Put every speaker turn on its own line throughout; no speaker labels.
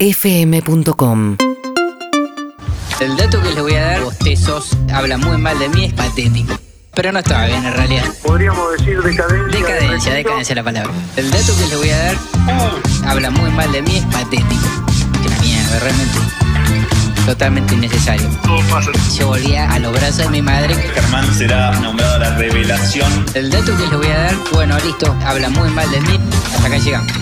UrbanaPlayFM.com
El dato que les voy a dar, bostezos, habla muy mal de mí, es patético. Pero no estaba bien en realidad.
podríamos decir decadencia.
Decadencia, decadencia la palabra. El dato que les voy a dar, habla muy mal de mí, es patético. Que la mierda, realmente. Totalmente innecesario.
Todo pasa.
Yo volvía a los brazos de mi madre.
Germán será nombrado la revelación.
El dato que les voy a dar, bueno, listo, habla muy mal de mí. Hasta acá llegamos.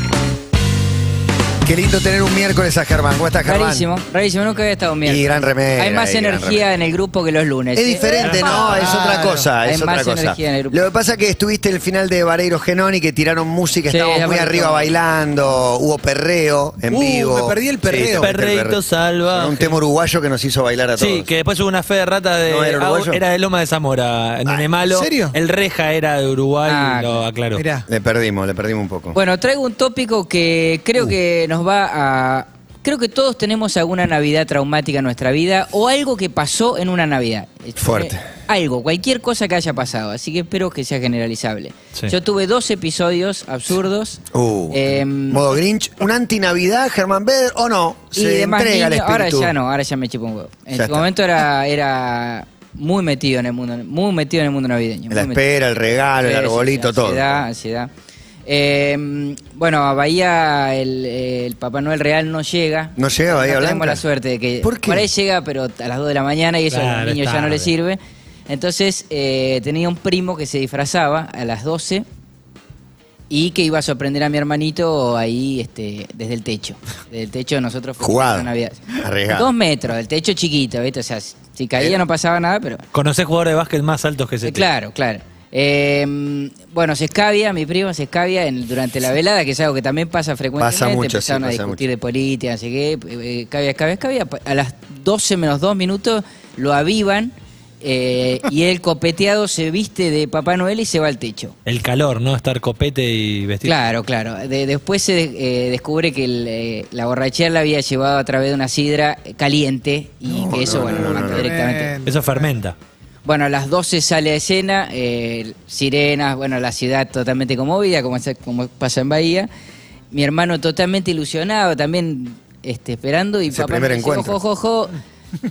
Qué lindo tener un miércoles a Germán. ¿Cómo estás, Germán?
Rarísimo, rarísimo, nunca había estado bien.
Y gran remera,
Hay más
y gran
energía en el grupo que los lunes. ¿eh?
Es diferente, ¿no? Es otra cosa,
Hay
es otra
más
cosa.
energía en el grupo.
Lo que pasa es que estuviste en el final de Vareiro Genoni, que tiraron música,
Sí,
estábamos muy
aparte.
arriba bailando, hubo perreo en
Uh,
vivo.
me perdí el perreo.
te perdiste el
Perreíto salvaje.
Era Un tema uruguayo que nos hizo bailar a todos.
Sí, que después hubo una fe de rata de.
¿No era uruguayo?
era de Loma de Zamora, en
Ah,
Nemalo.
¿en serio?
El Reja era de Uruguay,
Ah,
y lo aclaró.
Mirá.
Le perdimos, le perdimos un poco.
Bueno, traigo un tópico que creo
Uh.
que nos va a... Creo que todos tenemos alguna Navidad traumática en nuestra vida o algo que pasó en una Navidad.
Fuerte.
Eh, algo, cualquier cosa que haya pasado. Así que espero que sea generalizable.
Sí.
Yo tuve dos episodios absurdos.
Uh,
Em,
modo Grinch, un antinavidad, Germán Beder, o no,
y
se
de más
entrega el
niño,
espíritu.
ahora ya no, ahora ya me chupo un huevo. En
Ya
su
está.
momento era, era muy metido en el mundo, muy metido en el mundo navideño.
La
muy metido.
espera, el regalo, el
Sí, sí,
arbolito,
sí,
todo.
Ansiedad, ansiedad. Eh, bueno, a Bahía el, eh, el Papá Noel Real no llega.
¿No llega a Bahía
no
Blanca?
Tenemos la suerte de que.
¿Por qué?
Por ahí llega, pero a las 2 de la mañana y eso a
Claro,
los niños
es
ya no le
tarde.
sirve. Entonces eh, tenía un primo que se disfrazaba a las 12 y que iba a sorprender a mi hermanito ahí este, desde el techo. Desde el techo nosotros fuimos
Jugado.
a Navidad.
Arriesgado. Eh,
Dos metros, del techo chiquito, ¿viste? O sea, si caía no pasaba nada, pero.
Conocés jugadores de básquet más altos que ese
Eh,
tipo.
Claro, claro. Eh, bueno, se escabia, mi primo se escabia en- durante la velada, que es algo que también pasa frecuentemente.
Pasa mucho, sí,
Empezaron a
pasa
discutir
mucho.
de política, no sé qué. eh, Escabia, escabia, escabia. A las 12 menos 2 minutos lo avivan eh, y el copeteado se viste de Papá Noel y se va al techo.
El calor, ¿no? Estar copete y vestir.
Claro, claro. De- después se eh, descubre que el, eh, la borrachera la había llevado a través de una sidra caliente y que eso, bueno, lo mató directamente.
Eso fermenta.
Bueno, a las 12 sale a escena, eh, sirenas, bueno, la ciudad totalmente conmovida, como, se- como pasa en Bahía. Mi hermano totalmente ilusionado, también este, esperando. Y
Es el primer
me dice,
encuentro.
Ojo, ojo, ojo,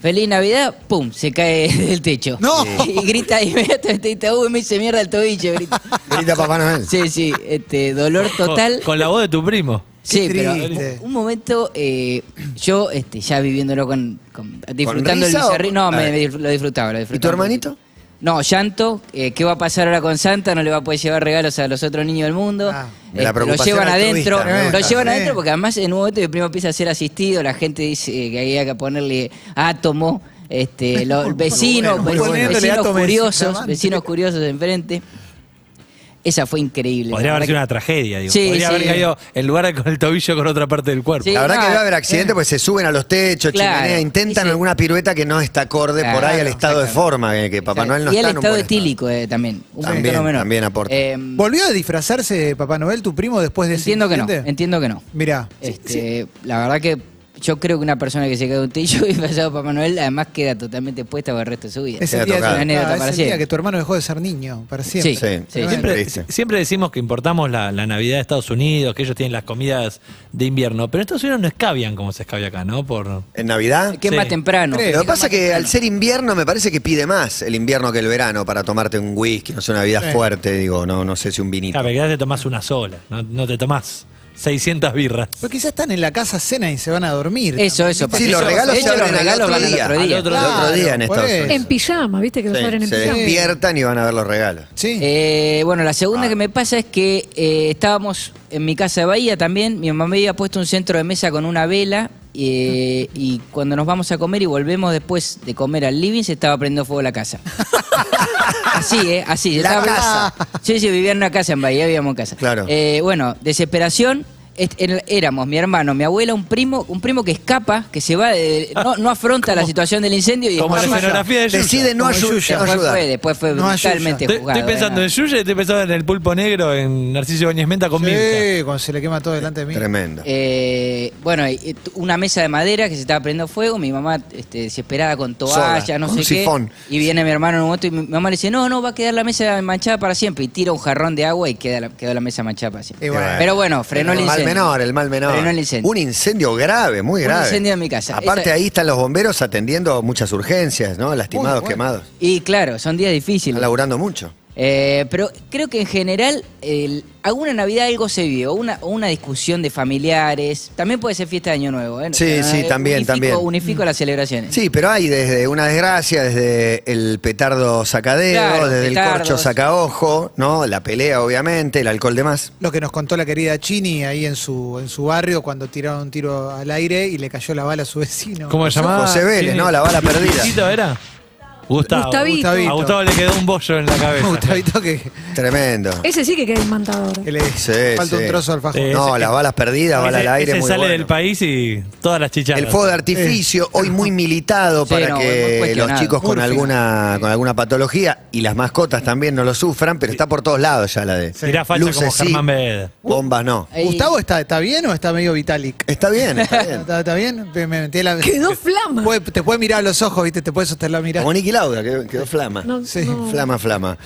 feliz Navidad, pum, se cae del techo.
¡No!
Y grita inmediatamente, grita, uy, me hice mierda el tobillo, grita.
Grita Papá Noel.
Sí, sí, este, dolor
Con-
total.
Con, la voz de tu primo.
Sí,
Qué
pero
triste.
un- un momento, eh, yo este, ya viviéndolo con, con- disfrutando el
risa o-
bizarri- No,
A
me,
ver.
me disfr- lo disfrutaba, lo disfrutaba.
¿Y tu hermanito?
No, llanto. eh, ¿Qué va a pasar ahora con Santa? No le va a poder llevar regalos a los otros niños del mundo. Eh,
Ah.
La
lo
preocupación
llevan
altruista,
adentro.
me
Lo
gusta.
llevan
Sí.
adentro porque además en un momento mi primo empieza a ser asistido. La gente dice eh, que había que ponerle átomo. Este, lo- vecinos,
bueno, muy
vecinos,
bueno. Poniéndole
vecinos
átomos,
curiosos,
llamante.
vecinos curiosos enfrente. Esa fue increíble.
Podría
la verdad
haber sido
que-
una tragedia, digo.
Sí,
Podría
sí.
haber caído en lugar de con el tobillo con otra parte del cuerpo. Eh,
Sí.
La verdad
no, eh.
que debe haber accidentes porque se suben a los techos,
Claro.
chimenea, intentan
Sí, sí.
alguna pirueta que no está acorde por
Claro,
ahí al estado de
exactamente.
forma, que, que Papá Noel no
y
está
el
en un
estado
buen
etílico eh, también. Un
También,
fenómeno.
también aporta.
Eh,
¿Volvió a disfrazarse Papá Noel, tu primo, después de ese
entiendo que no,
incidente?
entiendo que no.
Mirá.
Este, La verdad que yo creo que una persona que se cae de un techo y pasado Papá Noel, además queda totalmente puesta por el resto de su vida.
Es
Queda
el, día,
tocado.
Una
que-
anécdota
ah, es
para
el
siempre.
día que tu hermano dejó de ser niño, para siempre.
Sí.
Sí,
Sí,
sí,
Siempre,
triste.
siempre decimos que importamos la, la Navidad de Estados Unidos, que ellos tienen las comidas de invierno, pero en Estados Unidos no escabian como se escabia acá, ¿no? Por,
¿En Navidad?
Que
Sí.
más temprano.
Lo que pasa es que al ser invierno me parece que pide más el invierno que el verano para tomarte un whisky, no sé, una vida fuerte, digo, no, no sé si un vinito.
Claro, quizás te tomás una sola, no, no te tomás 600 birras.
Pero quizás están en la casa cena y se van a dormir.
Eso, eso.
Sí,
porque
los
eso-
regalos
de
se
hecho,
abren
los
al
regalos
otro
van al
día.
otro día.
Al otro día en
Claro,
Estados
por eso.
Unidos.
En pijama, viste que los
Sí,
abren en
se
pijama.
despiertan y van a ver los regalos.
Sí.
Eh, bueno, la segunda
Ah.
que me pasa es que eh, estábamos en mi casa de Bahía también. Mi mamá me había puesto un centro de mesa con una vela. eh, y cuando nos vamos a comer y volvemos después de comer al living, se estaba prendiendo fuego la casa. así, ¿eh? Así. se
La
estaba-
casa.
Sí, sí, vivía en una casa en Bahía, vivíamos en casa.
Claro.
Eh, bueno, desesperación. est- en- éramos mi hermano, mi abuela, un primo, un primo que escapa, que se va, de- no, no afronta la situación del incendio y
Como la
escapa.
escenografía de Yuya.
Decide no,
Como
ayu-
Yuya.
no
Después
ayudar.
fue, después fue
No ayuda.
brutalmente
Estoy,
jugado,
estoy pensando
¿eh?
en Yuya y estoy pensando en el pulpo negro, en Narciso Bañez Menta con
Sí,
Mirta.
cuando se le quema todo delante de mí.
Tremendo.
Eh, bueno, y- y tu- una mesa de madera que se estaba prendiendo fuego, mi mamá este, desesperada con toalla,
Soda,
no
con
sé qué.
sifón.
Y viene mi hermano en un momento y mi mamá le dice, no, no, va a quedar la mesa manchada para siempre. Y tira un jarrón de agua y queda la- quedó la mesa manchada para siempre.
Y bueno,
Pero bueno, frenó el
Mal
incendio. incendio.
menor, eh. el mal menor.
Frenó el incendio.
Un incendio grave, muy
Un
grave.
incendio en mi casa.
Aparte
Esa-
ahí están los bomberos atendiendo muchas urgencias, ¿no? Lastimados,
Uy, bueno.
quemados.
Y claro, son días
Están
difíciles.
laburando mucho.
Eh, pero creo que en general, el- alguna Navidad algo se vio, una, una discusión de familiares, también puede ser fiesta de Año Nuevo. ¿eh?
Sí, sí, también,
unifico-
también. Mm.
Unifico las celebraciones.
Sí, pero hay desde una desgracia, desde el petardo sacadeo,
Claro,
desde el corcho
petardos.
sacaojo, ¿no? La pelea, obviamente, el alcohol de más.
Lo que nos contó la querida Chini ahí en su, en su barrio cuando tiraron un tiro al aire y le cayó la bala a su vecino.
¿Cómo se llamaba?
José Vélez,
¿Quién
¿no?
es?
La bala perdida.
¿Gustavito era? Gustavo.
Gustavito.
A Gustavo le quedó un bollo en la cabeza.
Gustavito que,
Tremendo.
Ese sí que queda desmantador.
que le
Sí,
falta
sí.
un trozo al fajón.
Sí.
No, las balas perdidas, balas al
Ese-
aire.
ese
muy
sale
bueno.
del país y todas las chicharras.
El fuego de artificio, hoy muy militado
Sí,
para
no, muy
que
cuestionado.
los chicos con
Murphy.
alguna, con alguna patología y las mascotas también no lo sufran, pero está por todos lados ya la de.
Tirá falta
Luces
como
sí,
Germán Beder.
Bombas no.
Ahí-
¿Gustavo está, está bien o está medio Vitalik?
Está bien, está bien.
¿Está, está bien? Me me metí la...
Quedó flama.
Puede- te puede mirar a los ojos, ¿viste? Te puede sostener la mirada.
Como Niki Lauda, quedó, quedó flama.
No,
Sí.
no.
Flama, flama.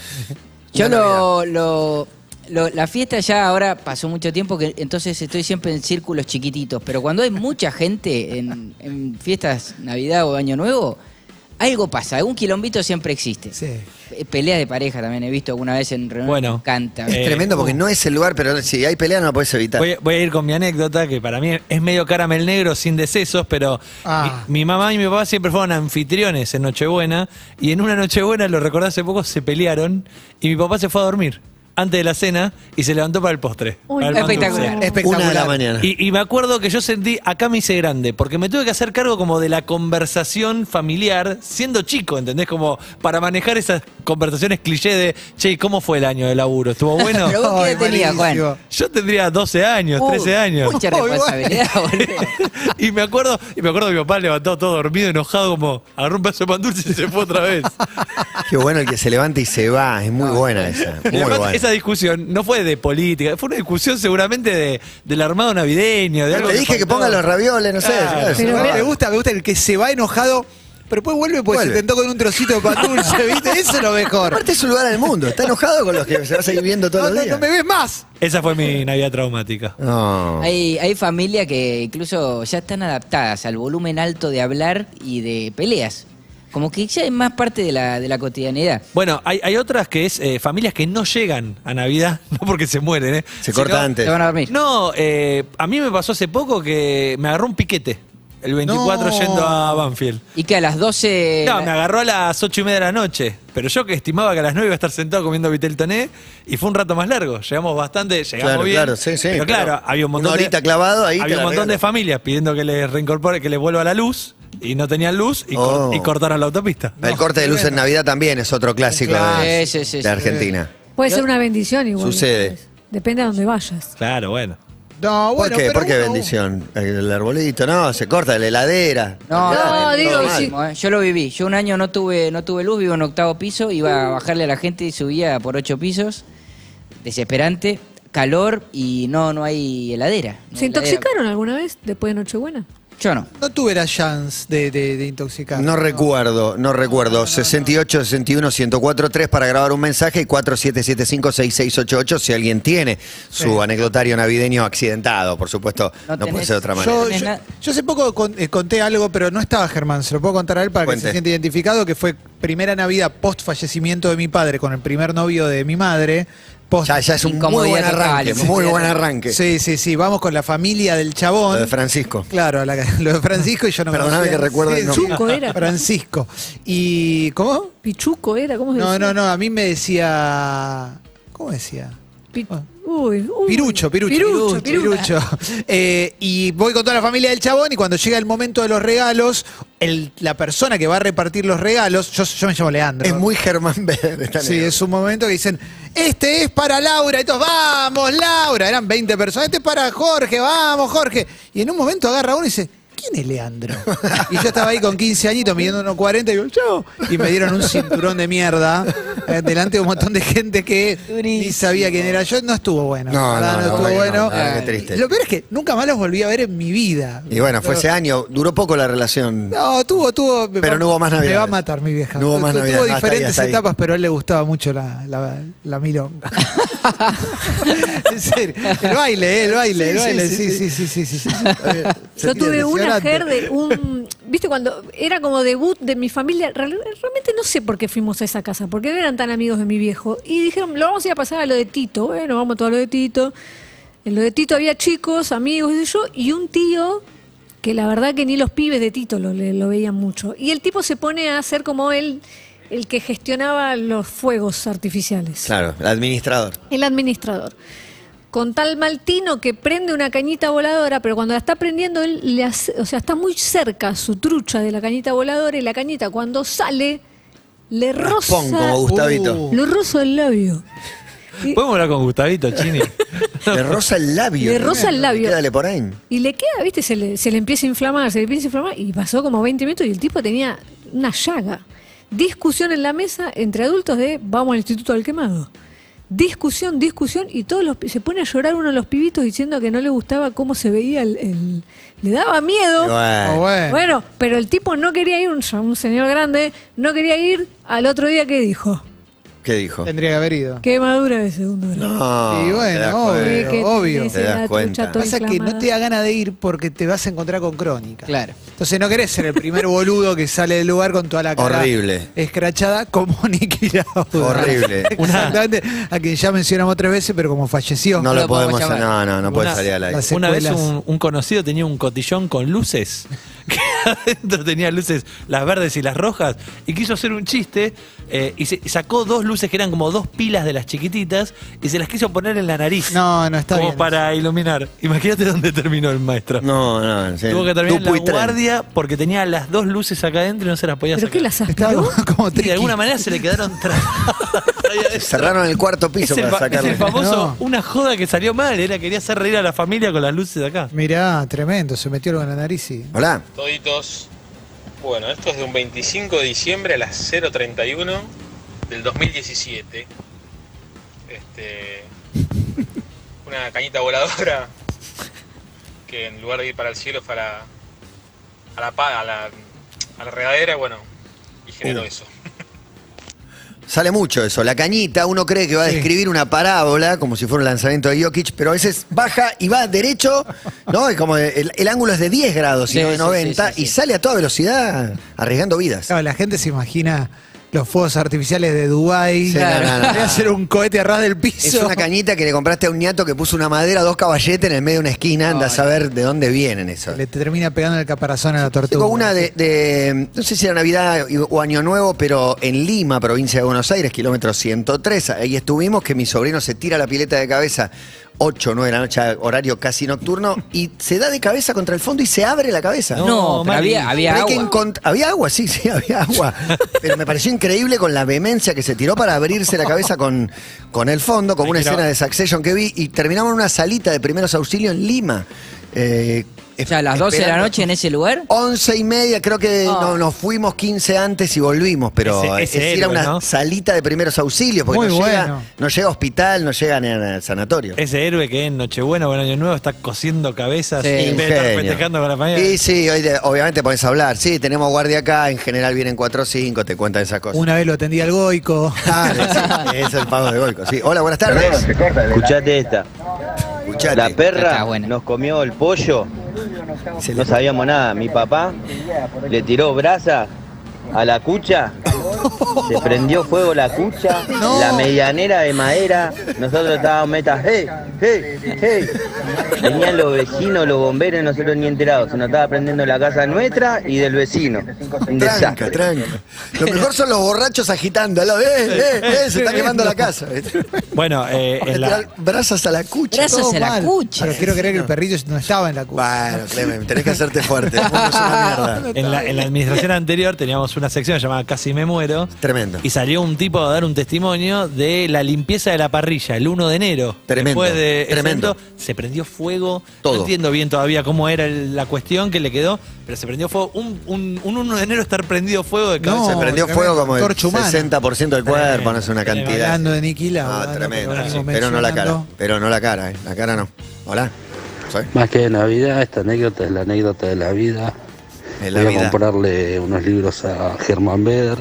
Yo
Una
lo, lo- lo- La fiesta ya ahora pasó mucho tiempo, que entonces estoy siempre en círculos chiquititos. Pero cuando hay mucha gente en, en fiestas Navidad o Año Nuevo, algo pasa. Algún quilombito siempre existe.
Sí.
Pe- Peleas de pareja también he visto alguna vez en reuniones.
Bueno.
me encanta.
Es
Eh,
tremendo porque no es el lugar, pero si hay pelea no lo puedes evitar.
Voy, voy a ir con mi anécdota, que para mí es medio caramel negro, sin decesos, pero
Ah.
mi, mi mamá y mi papá siempre fueron anfitriones en Nochebuena, y en una Nochebuena, lo recordé hace poco, se pelearon, y mi papá se fue a dormir antes de la cena y se levantó para el postre.
Uy,
para el
no.
pan dulce.
Espectacular.
Una de la
Espectacular.
mañana.
Y, y me acuerdo que yo sentí, acá me hice grande, porque me tuve que hacer cargo como de la conversación familiar, siendo chico, ¿entendés? Como para manejar esas conversaciones cliché de, che, ¿cómo fue el año de laburo? ¿Estuvo bueno?
Pero vos qué
Ay,
edad tenías, Juan.
buenísimo.
Yo tendría 12 años,
Uy,
13 años.
Mucha
Uy,
responsabilidad, boludo.
y me acuerdo, y me acuerdo que mi papá levantó todo dormido, enojado, como agarró un pedazo de pan dulce y se fue otra vez.
Qué bueno el que se levanta y se va. Es muy buena esa.
Y
Muy
además,
buena.
esa discusión no fue de política, fue una discusión seguramente de, del armado navideño, de algo
Te dije que
faltó.
ponga los ravioles, no sé.
Claro.
se
Pero
va.
mira-
me gusta, me gusta el que se va enojado, pero después vuelve porque
Vuelve.
se tentó con un trocito de pan dulce, ¿viste? Eso es lo mejor.
Aparte es un lugar del mundo. Está enojado con los que se va a seguir viendo
No,
todos
no,
los días.
no me ves más.
Esa fue mi Navidad traumática.
No.
Hay, hay familias que incluso ya están adaptadas al volumen alto de hablar y de peleas. Como que ya es más parte de la, de la cotidianidad.
Bueno, hay, hay otras que es eh, familias que no llegan a Navidad, no porque se mueren, ¿eh?
Se corta
Sino-
antes.
Se van a dormir.
No, eh, a mí me pasó hace poco que me agarró un piquete el 24
No.
yendo a Banfield.
Y que a las 12.
No, me agarró a las 8 y media de la noche, pero yo que estimaba que a las 9 iba a estar sentado comiendo vitel toné y fue un rato más largo. Llegamos bastante, llegamos
Claro,
bien.
claro, sí, sí,
Pero claro,
pero
había un montón
una horita
de,
clavado ahí te
Había
la
un montón
regalo.
de familias pidiendo que les reincorpore, que les vuelva la luz y no tenían luz y, cor-
Oh.
y cortaron la autopista.
El corte de luz en Navidad también es otro clásico
Claro.
de,
Sí, sí, sí,
de
sí.
Argentina.
Puede ser una bendición igual.
Sucede.
Depende a dónde vayas.
Claro, bueno.
No,
¿Por
bueno,
qué?
pero
¿Por qué
uno-
bendición? El arbolito, no, se corta la heladera.
No,
No,
no,
digo,
todo
sí.
mismo, ¿eh? yo lo viví. Yo un año no tuve no tuve luz, vivo en octavo piso, iba a bajarle a la gente y subía por ocho pisos. Desesperante, calor y no no hay heladera. No
¿Se
hay heladera.
intoxicaron alguna vez después de Nochebuena?
Yo no.
No tuve la chance de, de, de intoxicar.
No recuerdo, no recuerdo. 68, 61, 104, 3 para grabar un mensaje y 4775-6688 si alguien tiene su anecdotario navideño accidentado, por supuesto. No,
No
puede
tenés-
ser de otra manera.
Yo,
tenés
yo-
nada.
yo hace poco con- eh, conté algo, pero no estaba Germán. Se lo puedo contar a él para que
Cuente.
se sienta identificado, que fue primera Navidad post fallecimiento de mi padre con el primer novio de mi madre. Post
ya, ya es un muy buen
Incomodidad
arranque,
total,
muy
incomodidad
buen
total.
arranque.
Sí, sí, sí. Vamos con la familia del chabón.
Lo de Francisco.
Claro, la- lo de Francisco y yo no
Perdóname
conocía.
que recuerde el nombre.
Chuco era.
Francisco. ¿Y cómo?
¿Pichuco era? ¿Cómo se
No,
decía?
no, no. A mí me decía. ¿Cómo decía?
Pi- uy, uy.
Pirucho, Pirucho.
Pirucho, Pirucho.
Pirucho. Eh, y voy con toda la familia del chabón y cuando llega el momento de los regalos, el- la persona que va a repartir los regalos, yo, yo me llamo Leandro.
Es muy Germán Beder. esta
Sí,
anécdota.
es un momento que dicen, este es para Laura, y todos, vamos, Laura, eran 20 personas, este es para Jorge, vamos, Jorge. Y en un momento agarra uno y dice, ¿quién es Leandro? Y yo estaba ahí con 15 añitos, midiendo unos 40, y digo, yo. Y me dieron un cinturón de mierda eh, delante de un montón de gente que ni
Durísimo.
sabía quién era yo. No estuvo bueno.
No,
la verdad,
no, no,
estuvo
no,
bueno.
no, qué triste.
Lo peor es que nunca más los volví a ver en mi vida.
Y bueno, fue ese año, duró poco la relación.
No, tuvo, tuvo. me
Pero
va-
no hubo más
Me
Navidades.
va a matar mi vieja.
No hubo más
Tu-
Navidades.
Tuvo
Ah, está ahí,
diferentes
está ahí.
etapas, pero a él le gustaba mucho la, la, la milonga. en serio. El baile, ¿eh? el baile, el baile. Sí, sí, sí, sí, sí. sí,
Yo tuve una Ger de un. ¿Viste cuando era como debut de mi familia? Real- Realmente no sé por qué fuimos a esa casa, porque no eran tan amigos de mi viejo. Y dijeron, lo vamos a ir a pasar a lo de Tito. Bueno, vamos todos a lo de Tito. En lo de Tito había chicos, amigos, y yo, y un tío que la verdad que ni los pibes de Tito lo, le- lo veían mucho. Y el tipo se pone a ser como él, el que gestionaba los fuegos artificiales.
Claro, el administrador.
El administrador. Con tal maltino que prende una cañita voladora, pero cuando la está prendiendo, él le hace- o sea, está muy cerca su trucha de la cañita voladora y la cañita cuando sale le roza,
Pon como Gustavito.
Uh.
le roza el labio. Y,
¿Podemos hablar con Gustavito, Chini?
Le roza el labio.
Le roza el labio.
Quédale por ahí.
y le queda, viste, se le, se le empieza a inflamar, se le empieza a inflamar y pasó como 20 minutos y el tipo tenía una llaga. Discusión en la mesa entre adultos de vamos al instituto al quemado. Discusión, discusión, y todos los, pi- se pone a llorar uno de los pibitos diciendo que no le gustaba cómo se veía el. el- le daba miedo.
Bueno.
Oh,
Ah, bueno.
Bueno, pero el tipo no quería ir, un, un señor grande, no quería ir al otro día que dijo.
¿Qué dijo?
Tendría que haber ido.
Quemadura de segundo grado.
No,
Y
te
bueno,
das
obvio.
cuenta.
Ve que
obvio.
tenés
Te das
la trucha
cuenta.
toda
Pasa que no
inflamada.
te da ganas de ir porque te vas a encontrar con crónica.
Claro.
Entonces no querés ser el primer boludo que sale del lugar con toda la cara
Horrible.
escrachada como Nicky Lauda.
Horrible.
Exactamente, a quien ya mencionamos tres veces, pero como falleció.
No
No
lo
lo
podemos.
podemos
No,
llamar.
no, no puede
Una-
salir al aire.
las
Una vez
secuelas.
un, un conocido tenía un cotillón con luces, que adentro tenía luces, las verdes y las rojas, y quiso hacer un chiste eh, y se- sacó dos luces que eran como dos pilas de las chiquititas y se las quiso poner en la nariz.
No, no está
como
bien.
para iluminar. Imagínate dónde terminó el maestro.
No, no, en serio.
Tuvo que terminar en
Tupu y
la
tren.
guardia porque tenía las dos luces acá adentro y no se las podía
¿Pero
sacar.
qué las
Estaba
aspiró?
como, como
Y de
triqui.
alguna manera se le quedaron trabadas ahí adentro.
Cerraron el cuarto
Es
piso
el,
para
fa- es
sacarlo.
el famoso,
No.
una joda que salió mal, era quería hacer reír a la familia con las luces de acá.
Mirá, tremendo, se metió algo en la nariz y...
Hola.
Toditos. Bueno, esto es de un 25 de diciembre a las 0.31 del 2017. Este, una cañita voladora que en lugar de ir para el cielo fue a la, a la, pa- a la, a la regadera, bueno, y generó eso.
Sale mucho eso. La cañita, uno cree que va a describir una parábola, como si fuera un lanzamiento de Jokic, pero a veces baja y va derecho, ¿no? Es como el, el ángulo es de 10 grados
Sí,
y no de
sí,
90,
sí, sí,
y
sí.
sale a toda velocidad, arriesgando vidas.
Claro, la gente se imagina los fuegos artificiales de Dubái.
Sí, no, no, no.
Voy a hacer un cohete a ras del piso.
Es una cañita que le compraste a un ñato que puso una madera, dos caballetes en el medio de una esquina, anda a saber de dónde vienen eso.
Le termina pegando el caparazón a la tortuga.
Tengo una de, de- no sé si era Navidad y- o Año Nuevo, pero en Lima, provincia de Buenos Aires, kilómetro 103, ahí estuvimos, que mi sobrino se tira la pileta de cabeza 8, 9 de la noche, horario casi nocturno, y se da de cabeza contra el fondo y se abre la cabeza.
No,
No,
pero
Mari.
había, había
Pero hay que
agua.
encont- había agua, sí, sí, había agua. Pero me pareció increíble con la vehemencia que se tiró para abrirse la cabeza con, con el fondo, como una
Hay que
escena
ir a-
de Succession que vi, y terminamos en una salita de primeros auxilios en Lima. Eh,
O sea, a las 12 de la
esperando-
noche en ese lugar.
Once y media, creo que
Ah.
no- nos fuimos 15 antes y volvimos, pero
Ese-
es,
ese
ir a
héroe,
una
¿no?
salita de primeros auxilios, porque
Muy
no, llega,
bueno.
no llega a hospital, no llega ni al sanatorio.
Ese héroe que en Nochebuena o en Año Nuevo está cosiendo cabezas
Sí.
en
Un
vez de estar
genio.
festejando con la
Sí,
familia.
sí, hoy de- obviamente podés hablar. Sí, tenemos guardia acá, en general vienen 4 o 5, te cuentan esas cosas.
Una vez lo atendí al Goico.
Ah, sí, es el pago de Goico. Sí. Hola, buenas tardes.
Escuchate esta.
Escuchate.
La
Está
perra
buena.
nos comió el pollo.
Se
No
le-
sabíamos nada. Mi papá le tiró brasa a la cucha. Se prendió fuego la cucha.
No.
La medianera de madera. Nosotros estábamos metas. ¡Hey! ¡Hey! ¡Hey! Venían los vecinos, los bomberos, y nosotros ni enterados. Se nos estaba prendiendo la casa nuestra y del vecino. Un
Tranca,
desastre.
tranca. Lo mejor son los borrachos agitando. Lo, eh, eh, eh, se está quemando la casa.
Bueno, eh, en la-
Tirar Brasas a la cucha.
Brasas
todo
a la
mal.
cucha.
Pero quiero creer que el perrito no estaba en la cucha.
Bueno, Clemen, tenés que hacerte fuerte. El mundo es una mierda.
en la- en la administración anterior teníamos una sección llamada Casi me muero. enero.
Tremendo.
Y salió un tipo a dar un testimonio de la limpieza de la parrilla el 1 de enero.
Tremendo,
Después de ese
tremendo.
evento, se prendió fuego.
Todo.
No entiendo bien todavía cómo era el- la cuestión que le quedó, pero se prendió fuego. Un, un- un 1 de enero estar prendido fuego de
No,
cabeza.
Se prendió
tremendo.
fuego como el
Torcha humana.
60% del cuerpo, no es una
Tremendo.
cantidad.
Hablando de Niki Lauda,
Ah,
¿no?
tremendo.
Que lo
sí,
venimos
pero no la cara.
mencionando.
Pero no la cara, ¿eh? La cara no. Hola. Soy.
Más que de Navidad, esta anécdota es la anécdota de la vida.
Es la
Voy
vida.
a comprarle unos libros a Germán Beder.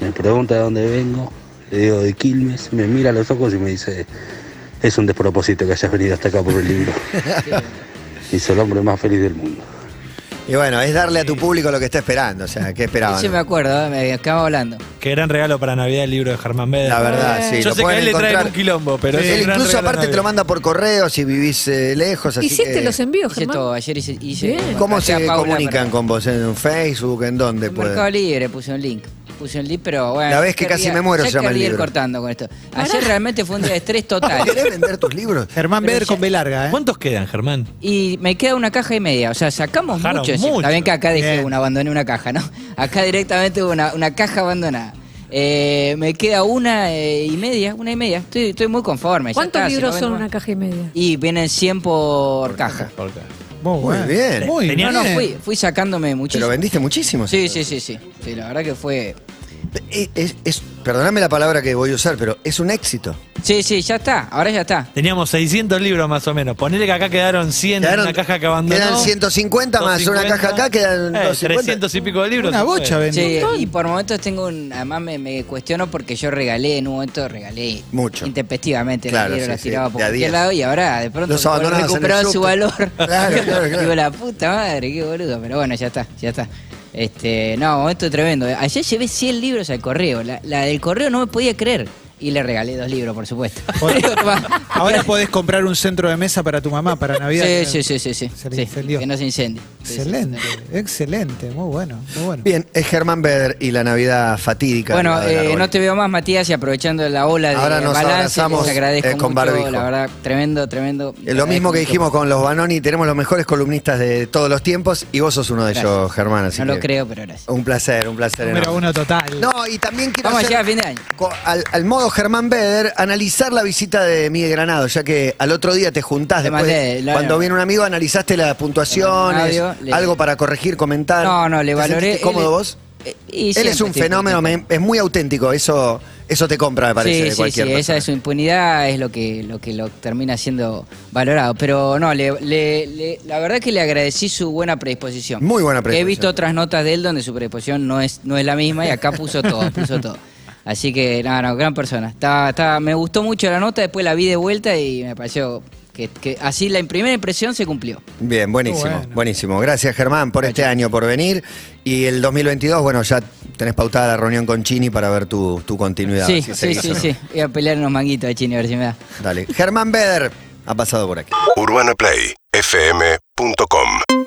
Me pregunta de dónde vengo. Le digo de Quilmes. Me mira a los ojos y me dice: Es un despropósito que hayas venido hasta acá por el libro. y soy el hombre más feliz del mundo.
Y bueno, es darle a tu público lo que está esperando. O sea, ¿qué esperaban?
Ese me acuerdo, eh, me acaba hablando.
Qué gran regalo para Navidad el libro de Germán Beder.
La verdad, sí.
Yo
lo
sé que a
pueden
él le traen
encontrar.
un quilombo, pero
Sí,
es un
él
gran
incluso
regalo
aparte te
navideño.
lo manda por correo si vivís eh, lejos. Así
Hiciste
que-
los envíos,
Hice
Germán.
todo, ayer hice... hice
Bien.
¿Cómo
contacté
se
a Paula
comunican
para-
con vos? ¿En Facebook? ¿En dónde?
En
pueden?
Mercado Libre puse un link. Puse un link, pero bueno.
La vez
ya
que
querría-
casi me muero
ya
se llama el
querría ir
libro.
cortando con esto. Ayer realmente fue un día de estrés total.
¿Querés vender tus libros?
Germán
Pero
Beder
ya-
con B larga, ¿eh?
¿Cuántos quedan, Germán?
Y me queda una caja y media. O sea, sacamos
Bajaron
mucho.
mucho.
También que acá dejé
Bien.
una, abandoné una caja, ¿no? Acá directamente hubo una, una caja abandonada. Eh, me queda una eh, y media, una y media. Estoy, estoy muy conforme. ya
¿Cuántos
está, si
libros
no
son
vendo
una
más.
caja y media?
Y vienen 100 por, caja.
Muy, bueno.
bien.
Muy
Tenía-
No,
bien.
no, fui, fui sacándome
Pero
muchísimo.
vendiste muchísimos.
Sí, sí, sí, sí, sí. La verdad que fue.
Es, Eh, es- es- perdóname la palabra que voy a usar, pero es un éxito.
Sí, sí, ya está. Ahora ya está.
Teníamos 600 libros más o menos. Ponele que acá quedaron 100 en
Quedaron-
una caja que abandonó.
quedan 150 más una caja acá, quedan 250.
300 y pico de libros.
Una
se fue.
bocha vendió.
Sí, y por momentos tengo un. Además me, me cuestiono porque yo regalé en un momento, regalé.
Mucho.
Intempestivamente,
Claro,
los libros
sí,
los
sí,
tiraba
de
por
a
cualquier
diez.
lado y ahora de pronto
Los abandonabas en el
recuperaron su
subte.
valor.
Claro, claro, claro.
Digo, la puta madre, qué boludo. Pero bueno, ya está, ya está. Este, no, momento tremendo. Ayer llevé 100 libros al correo. La, la del correo no me podía creer. Y le regalé dos libros, por supuesto. Digo, toma.
Ahora podés comprar un centro de mesa para tu mamá para Navidad.
Sí, sí, sí, sí, sí.
Se le
Sí,
incendió.
Que no se incendie. Sí, sí.
Excelente, excelente, muy bueno, muy bueno.
Bien, es Germán Beder y la Navidad fatídica.
Bueno,
al lado del
eh,
árbol.
no te veo más, Matías, y aprovechando la ola de
Ahora nos
balance,
abrazamos,
les agradezco
eh, con
mucho,
barbijo.
la verdad, tremendo, tremendo.
Eh, Lo mismo que dijimos con los Banoni, tenemos los mejores columnistas de todos los tiempos y vos sos uno de
Gracias.
ellos, Germán. Así
No
que
lo creo, pero gracias.
Un placer, un placer.
Número
enorme.
uno total.
No, y también quiero
Vamos a
hacer-
llegar a fin de año.
co- al, al modo Germán Beder, analizar la visita de Miguel Granado, ya que al otro día te juntás
Te
después.
mandé, la-
cuando viene un amigo, analizaste las puntuaciones,
audio, le-
algo para corregir, comentar.
No, no, le
¿Te
valoré.
sentiste cómodo
él-
vos?
Eh, y
Él es
siempre
un
estoy
fenómeno,
contento.
me- es muy auténtico, eso, eso te compra, me parece, de
sí, sí, sí,
cualquier
esa
persona.
es su impunidad, es lo que lo que lo termina siendo valorado. Pero no, le, le- le- la verdad que le agradecí su buena predisposición.
Muy buena
Que He visto
predisposición.
otras notas de él donde su predisposición no es, no es la misma y acá puso todo, puso todo. Así que, no, no, gran persona. Está, está, me gustó mucho la nota, después la vi de vuelta y me pareció que, que así la primera impresión se cumplió.
Bien, buenísimo,
Bueno.
buenísimo. Gracias Germán por este año, por venir. Y el 2022, bueno, ya tenés pautada la reunión con Chini para ver tu, tu continuidad.
sí,
si
sí,
seguís
sí,
o no.
sí. Voy a pelear unos manguitos de Chini a ver si me da.
Dale. Germán Beder ha pasado por aquí.
UrbanaPlayFM.com